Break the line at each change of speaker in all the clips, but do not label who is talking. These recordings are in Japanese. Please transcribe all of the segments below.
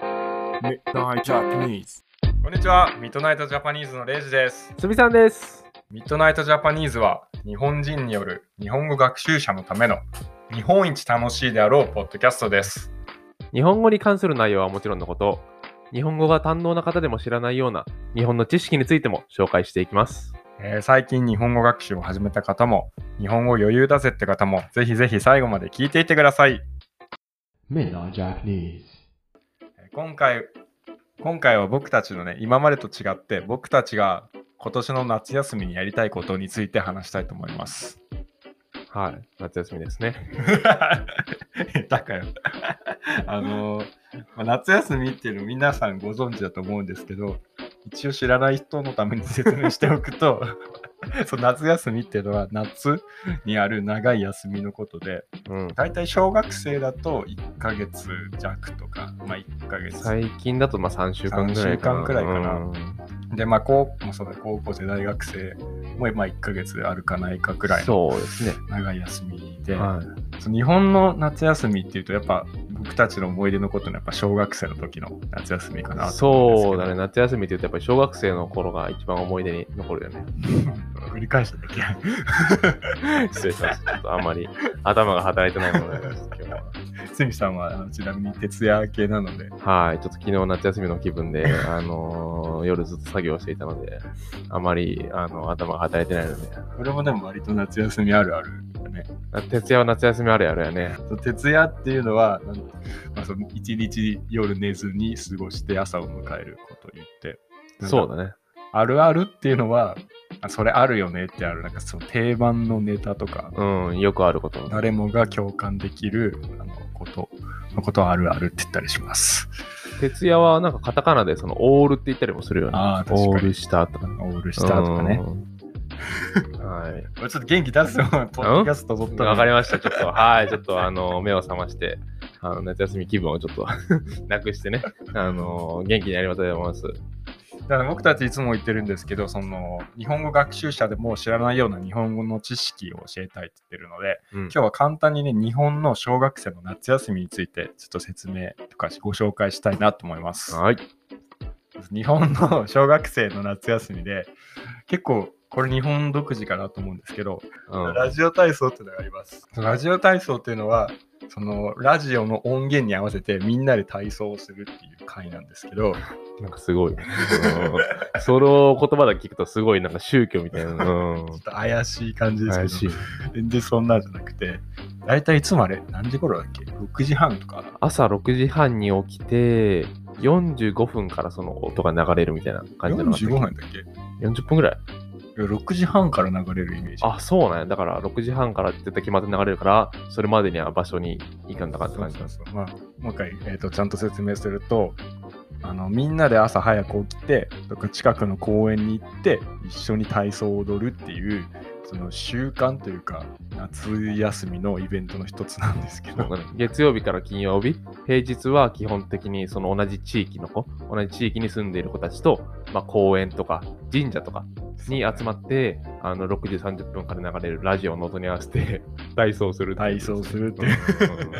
ミッドナイトジャパニーズ。
こんにちは、ミッドナイトジャパニーズのレイジです。
すみさんです。
ミッドナイトジャパニーズは、日本人による日本語学習者のための日本一楽しいであろうポッドキャストです。
日本語に関する内容はもちろんのこと、日本語が堪能な方でも知らないような日本の知識についても紹介していきます。
えー最近日本語学習を始めた方も、日本語余裕だぜって方も、ぜひぜひ最後まで聞いていってください。
Midnight Japanese.
えー今回、今回は僕たちのね、今までと違って、僕たちが今年の夏休みにやりたいことについて話したいと思います。
はい、夏休みですね。
だから、あのまあ夏休みっていうの皆さんご存知だと思うんですけど、一応知らない人のために説明しておくと、 そう夏休みっていうのは夏にある長い休みのことで、
うん。
大体小学生だと1ヶ月弱とか、まあ1ヶ月
最近だとまあ3週間ぐらいかな。
三週間くらいかな
うん
で、まあ高校そうだ高校生、大学生もまあ1ヶ月あるかないかくらいの
そうですね。
長い休みで、
はい。
そう日本の夏休みっていうとやっぱ僕たちの思い出のことのやっぱ小学生の時の夏休みかなと思
そ
んで
う
す
だ
け
ね。
ど
夏休みって言うとやっぱり小学生の頃が一番思い出に残るよね。
繰り返しただけ
失礼しました。ちょっとあんまり頭が働いてないものです。今日は
鷲見さんはあのちなみに徹夜系なので
はい、ちょっと昨日夏休みの気分で、あのー夜ずっと作業していたので、あまり、あの頭が働いてないので、
俺もでも割と夏休みあるあるだね
な徹夜は夏休みあるやるやね。
そう徹夜っていうのはなんまあ、その一日夜寝ずに過ごして朝を迎えることを言って
そう
だ
だね。
あるあるっていうのはあそれあるよねってあるなんかその定番のネタとか
うん、よくあること。
誰もが共感できるあのことのことはあるあるって言ったりします。
徹夜はなんかカタカナで、その、オールって言ったりもするよね。
あー確かに
オールしたとか。
オールスターとかね。
うん。はい。
俺ちょっと元気出すよ、ポッドキャスト撮った
わかり
ま
ました。ちょっと、はい。ちょっと、あの、目を覚まして、あの、夏休み気分をちょっと、 なくしてね、あの、元気にやりましょうと思います。
す。だから僕たちいつも言ってるんですけど、その日本語学習者でも知らないような日本語の知識を教えたいって言ってるので、
うん。
今日は簡単にね、日本の小学生の夏休みについてちょっと説明とかご紹介したいなと思います。
はい。
日本の小学生の夏休みで、結構これ日本独自かなと思うんですけど、
うん。
ラジオ体操っていうのがあります。ラジオ体操っていうのは、そのラジオの音源に合わせてみんなで体操をするっていう回なんですけど、
なんかすごい。うんその言葉だけ聞くとすごいなんか宗教みたいな。うん
ちょっと怪しい感じです
怪
け
し
ど、
い。
全然そんなんじゃなくて、大体いつまで何時頃だっけ ?6 時半とか。
朝6時半に起きて、45分からその音が流れるみたいな感じなのか
45
な
分だっけい
40分ぐらい。
や ?6 時半から流れるイメージ。
あ、そうなんや。だから6時半からって決まって流れるから、それまでには場所に行かんだかって感じなんです。
そうそうそうまあ、もう一回、えーとちゃんと説明するとあのみんなで朝早く起きてとか近くの公園に行って一緒に体操を踊るっていうその習慣というか夏休みのイベントの一つなんですけ
そう
ど
だね月曜日から金曜日、平日は基本的にその同じ地域の子、同じ地域に住んでいる子たちと、まあ、公園とか神社とかに集まって、あの6時30分から流れるラジオの音に合わせて 体操するっていう
体操するって
う
いうん
うんうん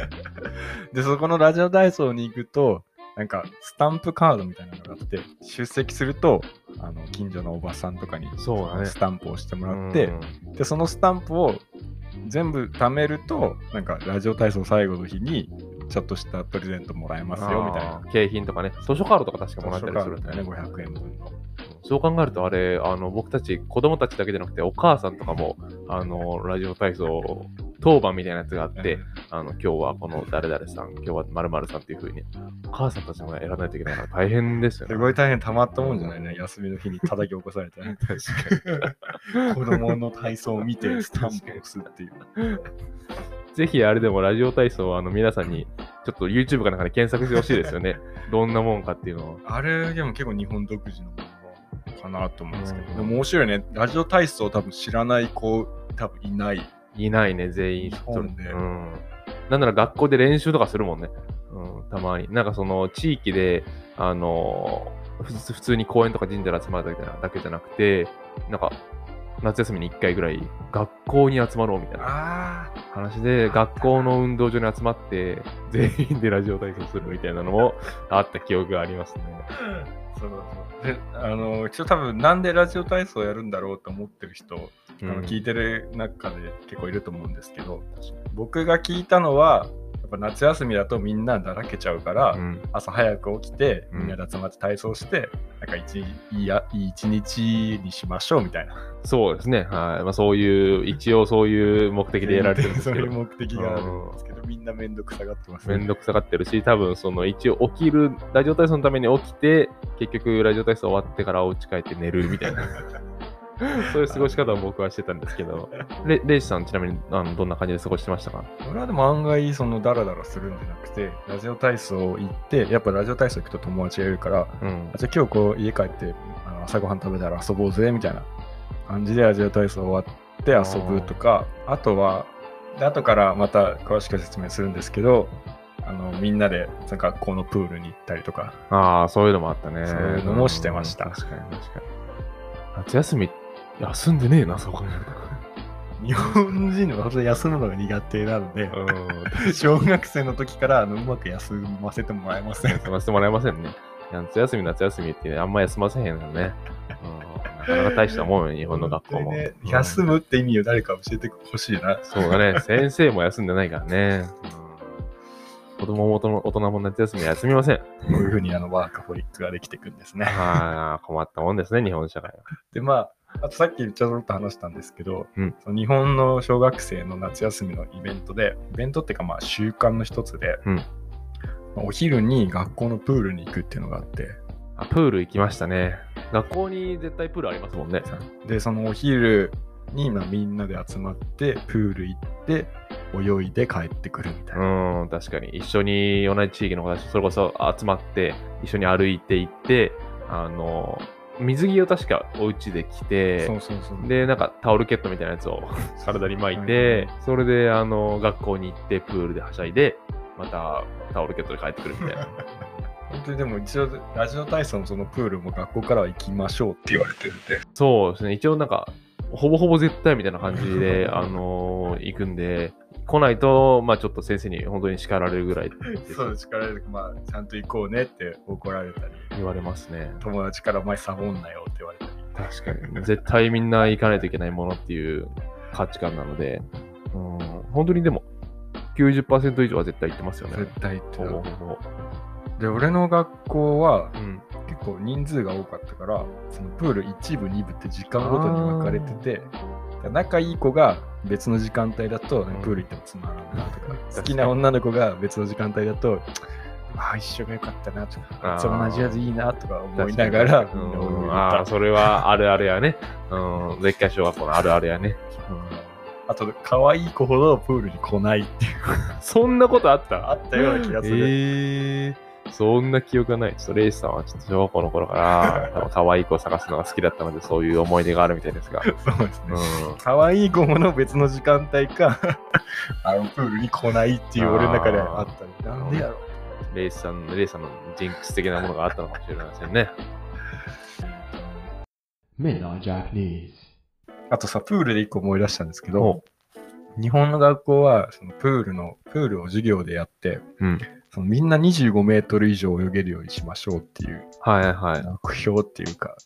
でそこのラジオ体操に行くとなんかスタンプカードみたいなのがあって出席するとあの近所のおばさんとかに
そうだね
スタンプをしてもらって、でそのスタンプを全部貯めるとなんかラジオ体操最後の日にちょっとしたプレゼントもらえますよみたいな
あ。ー景品とかね、図書カードとか確かもらったりするんだよ
ね、
ね。
500円分の。
そう考えると、あれ、あの僕たち子供たちだけじゃなくて、お母さんとかも、あのラジオ体操、当番みたいなやつがあって、あの今日はこの誰々さん、今日は〇〇さんっていう風に、お母さんたちもやらないといけないから大変ですよね。
すごい大変たまったもんじゃないね、休みの日に叩き起こされて、 ね、 子供の体操を見てスタンプを押すっていう。
ぜひあれでもラジオ体操をあの皆さんに、ちょっと YouTube かなんかで検索してほしいです よね。どんなもんかっていうのを。
あれでも結構日本独自のものかなと思うんですけど、
うん
でも面白いね、ラジオ体操多分知らない子多分いない。
いないね、全員
日本で
うん。なんなら学校で練習とかするもんね。うん、たまに。なんかその地域で、あのーふつ普通に公園とか神社で集まるだけじゃなだけじゃなくて、なんか、夏休みに1回ぐらい学校に集まろうみたいな
あ
話で、学校の運動場に集まって、全員でラジオ体操するみたいなのもあった記憶がありますね。
あ、そうそう。で、あの、一応多分、なんでラジオ体操やるんだろうと思ってる人、あ
う
の
ん
聞いてる中で結構いると思うんですけど、僕が聞いたのは、やっぱ夏休みだとみんなだらけちゃうから、
うん
朝早く起きて、
うん
みんなで集まって体操して、なんか一いいやいい一日にしましょうみたいな。
そうですね。はい。まあそういう、一応そういう目的でやられてるんです
そう
け
い
ど
う、目的があるんですけど、みんなめんどくさがってます
めん
ね。
どくさがってるし、多分その一応起きる、ラジオ体操のために起きて、結局ラジオ体操終わってからお家帰って寝るみた いな。そういう過ごし方を僕はしてたんですけど、レレイジさんちなみにあのどんな感じで過ごしてましたか
俺はでも案外、そのダラダラするんじゃなくて、ラジオ体操行って、やっぱラジオ体操行くと友達がいるから、
うん
あ。じゃあ今日こう家帰ってあの朝ごはん食べたら遊ぼうぜみたいな感じでラジオ体操終わって遊ぶとかあとはで後からまた詳しく説明するんですけどあのみんなでその学校のプールに行ったりとか
ああ、そういうのもあったね。
そういうのもしてました
うん確かに確かに。夏休み、休んでねえな、そう考える
日本人はそれ休むのが苦手なので
と。うん。
小学生の時からあのうまく休ませてもらえません
休ませてもらえませんね。夏休み、夏休みってあんま休ませへんよね。うん、なかなか大したもんよ、日本の学校も。
本当にね休むって意味を誰か教えてほしいな
そうだね。先生も休んでないからね。うん、子供も大人大人も夏休みは休みません。
こういうふうにあのワーカホリックができていくんですね
はい。困ったもんですね、日本社会は。
でまあ、あとさっきちょろっと話したんですけど、
うん
その日本の小学生の夏休みのイベントでイベントっていうかまあ習慣の一つで、
うん
まあお昼に学校のプールに行くっていうのがあって
あ、プール行きましたね。学校に絶対プールありますもんね。
でそのお昼にまあみんなで集まってプール行って泳いで帰ってくるみたいな、
うん、確かに。一緒に同じ地域の子たち、それこそ集まって、一緒に歩いて行って、あの、水着を確かお家で着て、
そうそうそう
で、なんかタオルケットみたいなやつ を体に巻いて、それで、あの、学校に行って、プールではしゃいで、またタオルケットで帰ってくるみた いな。
本当にでも一応ラジオ体操のそのプールも学校からは行きましょうって言われてるんで
そうですね、一応なんか、ほぼほぼ絶対みたいな感じ で、あのー行くんで、来ないと、まあちょっと先生に本当に叱られるぐらい
そう力で、まあ、ちゃんと行こうねって怒られたり
言われますね。
友達からお前サボんなよって言われたり
確かに。絶対みんな行かないといけないものっていう価値観なので、うん、本当にでも、90%以上は絶対行ってますよね
絶。対行って
ほぼ
た
ほぼ。
で俺の学校は
うん。
結構人数が多かったからそのプール1部2部って時間ごとに分かれててで仲いい子が別の時間帯だと、
うん
プール行ってもつまらんなとか
に
好きな女の子が別の時間帯だとああ一緒が良かったなとか
あー
その同じ味いいなとか思いながら
う
みんな泳いで
ん、あ
た
あ、それはあるあるやね。うん、絶対小学校のあるある やね。
うんあと可愛い子ほどプールに来ないっていう
そんなことあった
あったような気がする、
えー、そんな記憶がない。ちょっとレイジさんはちょっと小学校の 頃から、多分可愛い子を探すのが好きだったので、そういう思い出があるみたいですが。
そうですね、
うん。
可愛い子もの別の時間帯か あのプールに来ないっていう俺の中であったり
あー
なんでやろ
レイジさん、レイジさんのジンクス的なものがあったのかもしれませんね。
Men are Japanese.
あとさプールで一個思い出したんですけど日本の学校はそのプールのプールを授業でやって
うん。
そのみんな25メートル以上泳げるようにしましょうっていう
はいはい。
目標っていうか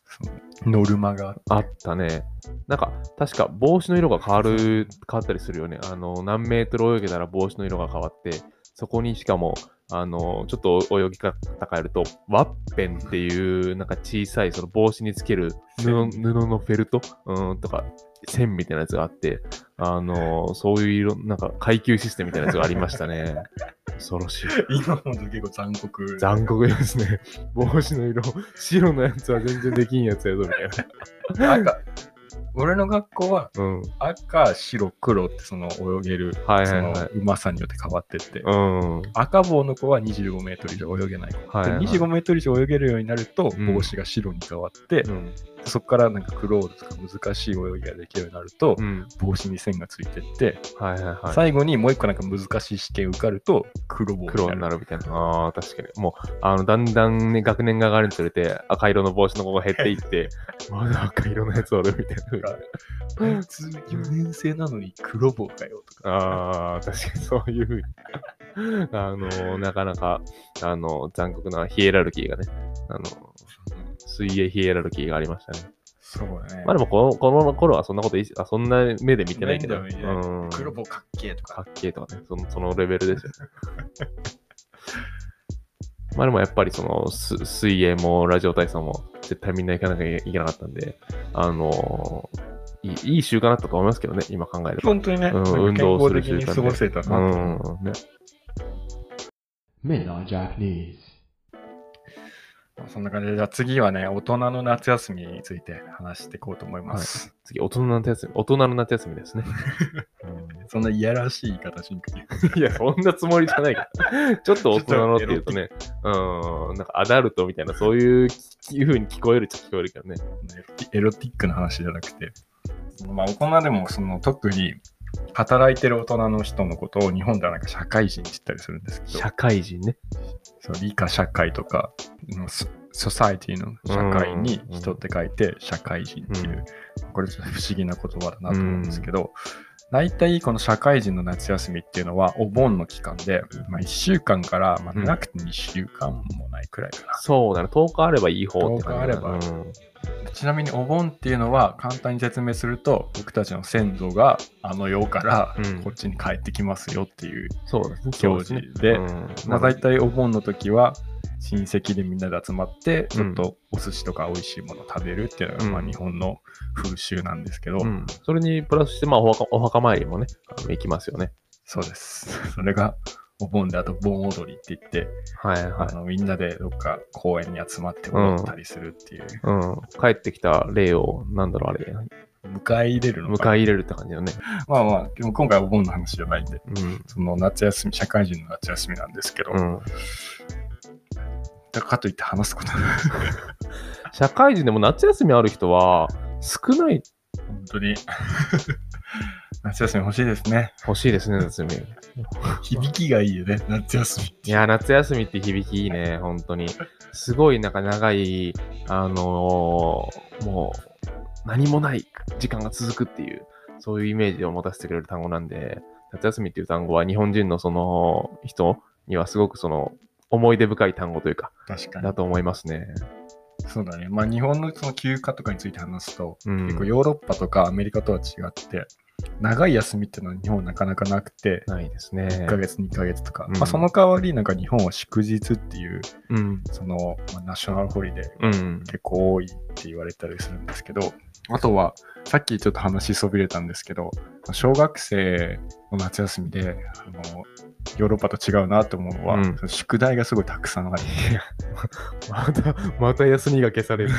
そのノルマがあって
あったね。なんか、確か帽子の色が変わる、変わったりするよね。あの、何メートル泳げたら帽子の色が変わって、そこにしかも、あの、ちょっと泳ぎ方変えると、ワッペンっていう、なんか小さい、その帽子につける布布のフェルトうんとか、線みたいなやつがあって、あの、そういう色、なんか階級システムみたいなやつがありましたね。恐ろしい。
今も結構残酷
残酷ですね。帽子の色、白のやつは全然できんやつやぞ、みたいな。
赤俺の学校は
うん。
赤白黒ってその泳げる
はい
そ
はい
の
はいう
まさによって変わってって、
うん。
赤棒の子は25メートル以上泳げない子、
はいはい
で25メートル以上泳げるようになると
うん
帽子が白に変わって、
うん
そこからなんかクロールとか難しい泳ぎができるようになると、
うん。
帽子に線がついてって、
はいはいはい。
最後にもう一個なんか難しい試験受かると黒帽子
黒に
にな
な
る。
るみたいな。ああ、確かに。もう、あの、だんだんね、学年が上がるにつれて、赤色の帽子の子が減っていって、まだ赤色のやつおるみたいな。
あいつ4年生なのに黒帽かよとか。
ああ、確かにそういうふう に。あの、なかなか、あの、残酷なヒエラルキーがね、あの、水泳ヒエラルキーがありましたね。
そうだね
まあでもこの、この頃はそんなこといあ、そんな目で見てないけど、
目では見て
うん
黒帽かっけえと
か
か
っ。けえとかね、そのそのレベルですよね。 まあでもやっぱりそのす水泳もラジオ体操も絶対みんな行かなきゃいけなかったんで、あのーいいいい習慣だったと思いますけどね、今考えると。
本当にね、
うん
なんか
運動する
健康的
習慣
に
で
過ごせた
う
な。
ん、ね。
men are Japanese.
そんな感じで、じゃあ次はね、大人の夏休みについて話していこうと思います。
次、大人の夏休み、大人の夏休みですね。
そんないやらしい言い方しにくい。
いや、そんなつもりじゃないから。 ちょっと大人のっていうとね、うん、なんかアダルトみたいな、そういういうふうに聞こえるっちゃ聞こえるけどね。
エロティックな話じゃなくて、まあ、大人でもその特に働いてる大人の人のことを日本ではなんか社会人って言ったりするんですけど、
社会人ね。
そう理科社会とか、うんソソサイティの社会に人って書いて社会人っていう、これちょっと不思議な言葉だなと思うんですけど、大体この社会人の夏休みっていうのはお盆の期間で、まあ、1週間から、まあ、
うん
なくて2週間もないくらいかな。
そうだね。10日あればいい方って感じだな
10日
うん
ちなみにお盆っていうのは簡単に説明すると僕たちの先祖があの世から
うん
こっちに帰ってきますよっていう、
そうですね。
行事でまあ、
だ
大体お盆の時は親戚でみんなで集まってちょっとお寿司とか美味しいもの食べるっていうのが
うん
まあ日本の風習なんですけど、
うん、それにプラスして、まあお墓、お墓参りもね、あの行きますよね。
そうです それがお盆であと盆踊りって言って、
はいは
あ
い。
のみんなでどっか公園に集まって踊ったりするっていう、
うん、帰ってきた霊を、なんだろう、あれ、
迎え入れる
迎え
のか
入れるって感じだね。
まあまあでも今回はお盆の話じゃないんで
うん。
その夏休み社会人の夏休みなんですけど、
うん、
だからといって話すことが
社会人でも夏休みある人は少ない
本当に 夏休み欲しいです ね
欲しいですね、夏休み。
響きがいいよね夏休みって
いや、夏休みって響きいいね、本当に。すごい、なんか長い、あのーもう、何もない時間が続くっていう、そういうイメージを持たせてくれる単語なんで、夏休みっていう単語は日本人のその人にはすごくその、思い出深い単語というか、
確か
だと思いますね。
そうだねまあ日本のその休暇とかについて話すと、
うん。
結構ヨーロッパとかアメリカとは違って長い休みっていうのは日本なかなかなくて
ないですね。
1ヶ月2ヶ月とか、
うん
まあ、その代わりなんか日本は祝日っていう
うん。
その、まあナショナルホリデー
うん。
結構多いって言われたりするんですけどあとはさっきちょっと話しそびれたんですけど小学生の夏休みであのヨーロッパと違うなと思うのは、
うん
その宿題がすごいたくさんある
また、また休みが消さ れる。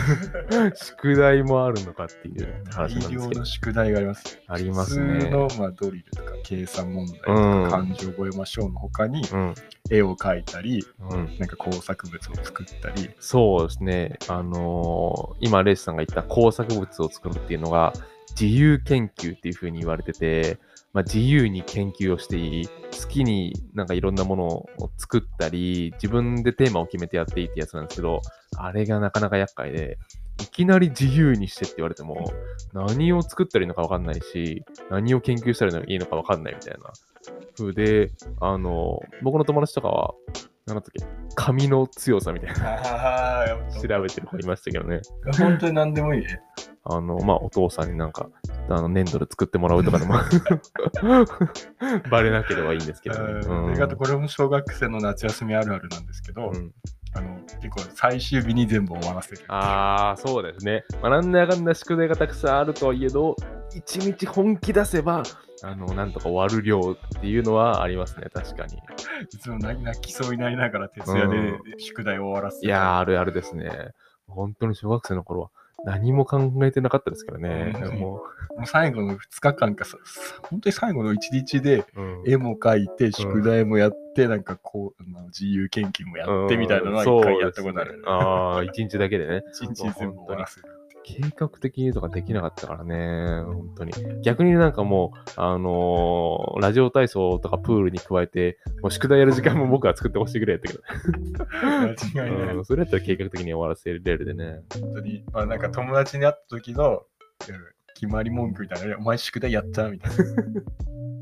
宿題もあるのかっていう話な
大
んです
量
けど
の。宿題があります
ありますね。
普通の、まあ、ドリルとか計算問題と
うん
か漢字を覚えましょうの他に
うん。
絵を描いたり
うん。
なんか工作物を作ったり
そうですね、あのー今、レイスさんが言った工作物を作るっていうのが、自由研究っていうふうに言われてて、まあ、自由に研究をしていい、好きになんかいろんなものを作ったり、自分でテーマを決めてやっていいってやつなんですけど、あれがなかなか厄介で、いきなり自由にしてって言われても、何を作ったらいいのか分かんないし、何を研究したらいいのか分かんないみたいな風で、あのー僕の友達とかは、なんだったっけ、紙の強さみたいな。
ああ
調べてる子いましたけどね。
本当に何でもいいね
あの、まあ、お父さんになんか、あの、粘土で作ってもらうとかでも、 バレなければいいんですけどね。うん
あとこれも小学生の夏休みあるあるなんですけど、
うん
あの結構最終日に全部終わらせる
ああ、そうですね。学んで上がんだ宿題がたくさんあるとはいえど、一日本気出せば、あの、なんとか終わる量っていうのはありますね、確かに。
いつも泣泣きそうになりながら徹夜で宿題を終わらせ
い
てる
やー、あるあるですね。本当に小学生の頃は何も考えてなかったですからね。
うん
も
もう最後の2日間かささ本当に最後の1日で
う、うん
絵も描いて、宿題もやって、なんかこう、あの自由研究もやってみたいなのは
うん
一回やったことある
そうですね。ああ、一日だけでね。
一日全部終わらせる。
計画的にとかできなかったからね、本当に。逆になんかもう、あのーラジオ体操とかプールに加えて、もう宿題やる時間も僕は作ってほしいぐらいやったけど
間違いない
うん、それやったら計画的に終わらせれるでね。
本当に、まあなんか友達に会った時のうん決まり文句みたいな、お前宿題やったみたい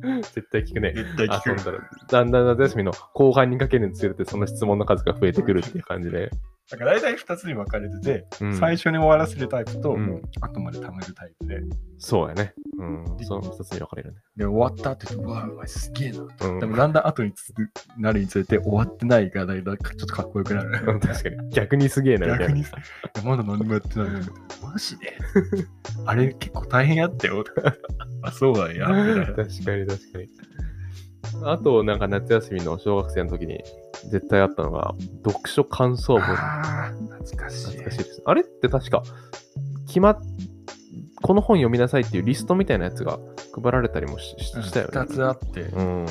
な。
絶対聞くね。
絶対
あ
聞
そ
く。
うだだんだん夏休みの後半にかけるにつれて、その質問の数が増えてくるっていう感じで。
だから大体2つに分かれてて、
うん、
最初に終わらせるタイプと、
うん
後まで貯めるタイプで、
そうやね。うん。その2つに分かれるね。
で、終わったって言うと、うわあ、お前すげえな。
うん
でもだんだん後につなるにつれて、終わってないが、だいだんちょっとかっこよくなる。
うん 確かに。逆にすげえなみたいな。
逆に、いやまだ何もやってない。マジで あれ結構大変やったよ。 あ、そうなんや。みたいな
確かに確かに。あと、なんか夏休みの小学生の時に絶対あったのが、読書感想文。
あー懐かしい。
懐かしいです。あれって確か、決まっ、この本読みなさいっていうリストみたいなやつが配られたりもしししたよね。
2つあって、
うん。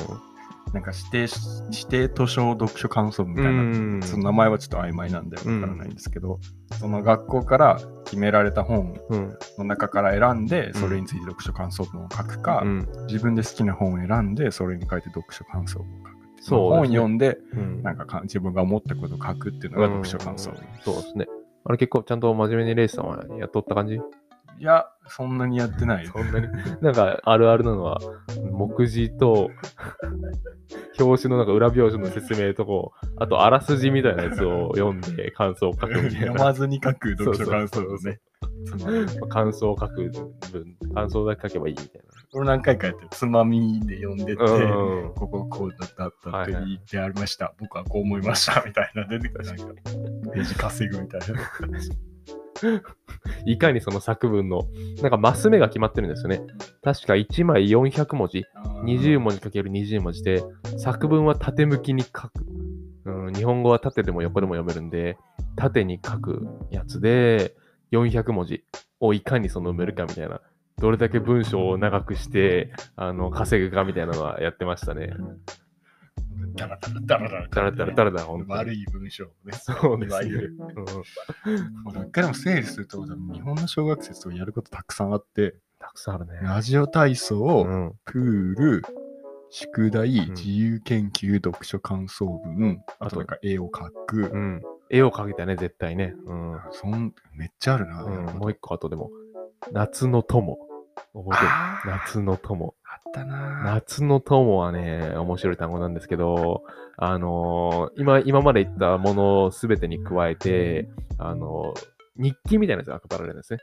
なんか指定し、指定図書読書感想文みたいな、
うん
その名前はちょっと曖昧なんでわからないんですけど、その学校から決められた本
うん。
の中から選んで、
ん
それについて読書感想文を書くか、
うん。
自分で好きな本を選んで、それに書いて読書感想文を書くってい。
そう
本
ですね
読んで、
うん
なんかか自分が思ったことを書くっていうのが読書感想文。
そうですね。あれ結構ちゃんと真面目にレイスさんはやっとった感じ
いや、そんなにやってないよ。
そんなに。 なんかあるあるなのは、目次と、表紙のなんか裏表紙の説明とこう、あとあらすじみたいなやつを読んで感想を書くみたい
読
な。
まずに書く読書感想文ね。つまみ
感想を書く分、感想だけ書けばいいみたい
俺何回かやってる、つまみで読んでて、
な。うん。
こここうだっただっ
はい
て
はい
言ってありました、僕はこう思いましたみたいな出てくるなんかページ稼ぐみたい な
いかにその作文の、なんかマス目が決まってるんですよね。確か1枚400文字、20文字かける20文字で、作文は縦向きに書く。うん、日本語は縦でも横でも読めるんで、縦に書くやつで、400文字をいかにその埋めるかみたいな、どれだけ文章を長くして、あの、稼ぐかみたいなのはやってましたね。
ダラダラダラダラ
だらだらだらだら、ほんと
悪
に。
い文章ね
そうです
い
ね
わゆ。る
うん
もうなんかでも整理すると多分日本の小学生とやることたくさんあって
たくさんあるね。
ラジオ体操、
うん。
プール宿題、
ん
自由研究、読書感想文、あとなんか絵を描く、
うん。絵を描けたね、絶対ね。うん。
そんめっちゃあるな。
うん
やること
もう一個後でも。夏の友。覚えてる
あー
夏の友。
あったな。
夏の友はね、面白い単語なんですけど、あのー今、今まで言ったものすべてに加えて、あのー日記みたいなやつが配られるんですね。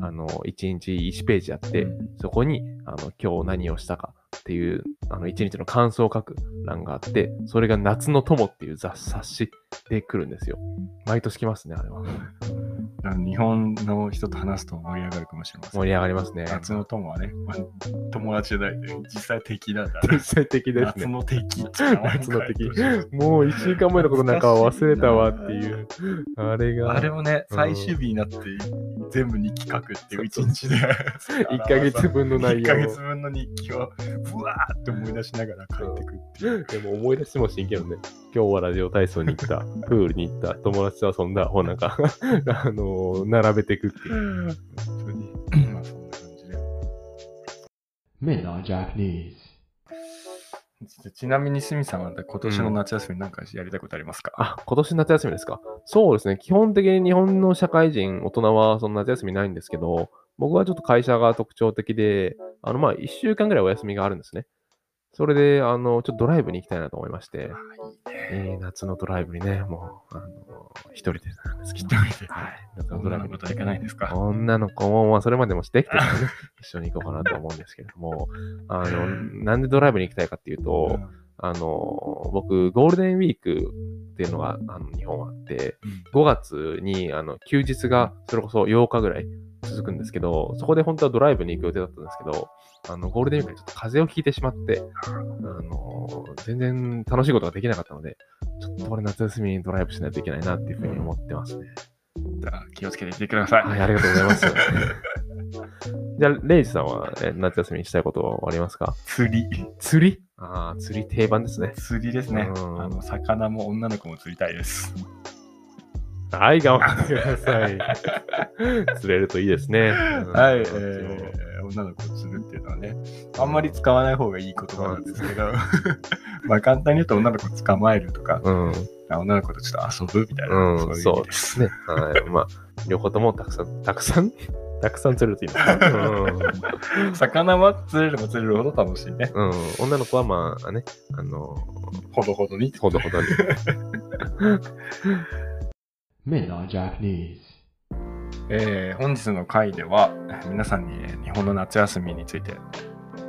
あのー、1日1ページあって、そこに、あの、今日何をしたかっていう、あの、一日の感想を書く欄があって、それが夏の友っていう雑冊子で来るんですよ。毎年来ますね、あれは。
あの日本の人と話すと盛り上がるかもしれません。
盛り上がりますね。
夏の友はね、まあ友達じゃないで、実際敵なんだから。
天才的です
夏
ね。
の敵って名前
夏の敵
書いてほしい。
もう1週間前のことなんかは忘れたわっていう、あれが。
あれもね、
うん
最終日になって全部日記書くっていう一日で。
1ヶ月分の内
1ヶ
容
月分の日記をぶわーって思い出しながら書いてくっていう。
でも思い出してもしんけどね、今日はラジオ体操に行 った、プールに行った、友達と遊んだ、ほうなんか、 あのー並べていくっていう。
本当 に、まあそんな感じで。
Midnight Japanese.
ちちなみに、すみさんは今年の夏休みなんかやりたいことありますか、
あ、今年夏休みですか。そうですね、基本的に日本の社会人、大人はその夏休みないんですけど、僕はちょっと会社が特徴的で、あの、まあ、1週間ぐらいお休みがあるんですね。それで、あの、ちょっとドライブに行きたいなと思いまして、えー夏のドライブにね、もう、あの一人でなんで すけど、はい、夏のド
どん
ライ
な
ブ
こ
に
とはいかないですか
女の子も、まあ、それまでもしてきてたんでね、一緒に行こうかなと思うんですけれど も、あの、なんでドライブに行きたいかっていうと、あの、僕、ゴールデンウィークっていうのが、あの、日本はあって、5月に、あの、休日が、それこそ8日ぐらい続くんですけど、そこで本当はドライブに行く予定だったんですけど、あの、ゴールデンウィークにちょっと風邪をひいてしまって、あの、全然楽しいことができなかったので、ちょっとこれ夏休みにドライブしないといけないなっていうふうに思ってますね。
じゃあ気をつけていってください。
はい、ありがとうございます。 じゃあ、レイジさんは、え夏休みにしたいことはありますか
釣り。
釣りああ、釣り定番ですね。
釣りですね。
うん
あの魚も女の子も釣りたいです。
はい、頑張ってください。 釣れるといいです ね。
はい、え
うん
ー女の子を釣るっていうのはね、あんまり使わない方がいい言葉なんですけど、 まあ簡単に言うと女の子捕まえるとか、
うん、
女の子とちょっと遊ぶみたいな、
うん、
そういう意
そう
味
で
です
ね。はい、まあ、両方ともたくさん、た くさん、たくさん釣れるといいな。
魚は釣れれば釣れるほど楽しいね。
うん、うん、女の子はまあね、あの、
ほどほどに。
ほどほどに。
Midnight Japanese.
えー本日の回では、皆さんにえー日本の夏休みについて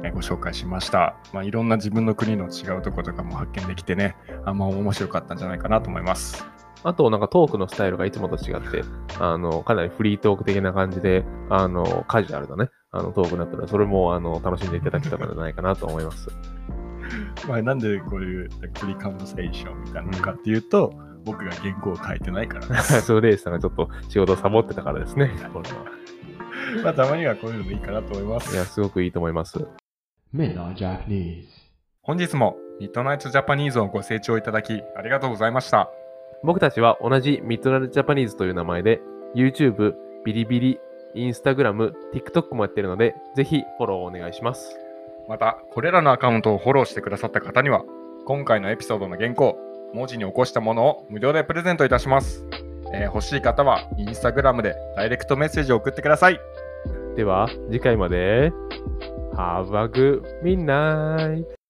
えーご紹介しました。まあいろんな自分の国の違うところとかも発見できてね、あんま面白かったんじゃないかなと思います。
あと、なんかトークのスタイルがいつもと違って、あの、かなりフリートーク的な感じで、あの、カジュアルなね、あの、トークになったので、それも、あの、楽しんでいただけたのではないかなと思います。
まあ、なんでこういうフリーカンバセーションみたいなのかっていうと、僕が原稿を書いてない からです。
それで、さんがちょっと仕事をサボってたからですね、これは。
まあ、たまにはこういうのもいいかなと思いま
い
す
や、。すごくいいと思います。
Midnight Japanese.
本日もミッドナイトジャパニーズをご清聴いただきありがとうございました。
僕たちは同じミッドナイトジャパニーズという名前で YouTube、ビリビリ、Instagram、TikTok もやってるので、ぜひフォローお願いします。
また、これらのアカウントをフォローしてくださった方には、今回のエピソードの原稿、文字に起こしたものを無料でプレゼントいたします。えー欲しい方は、インスタグラムでダイレクトメッセージを送ってください。
では、次回まで、Have a good midnight!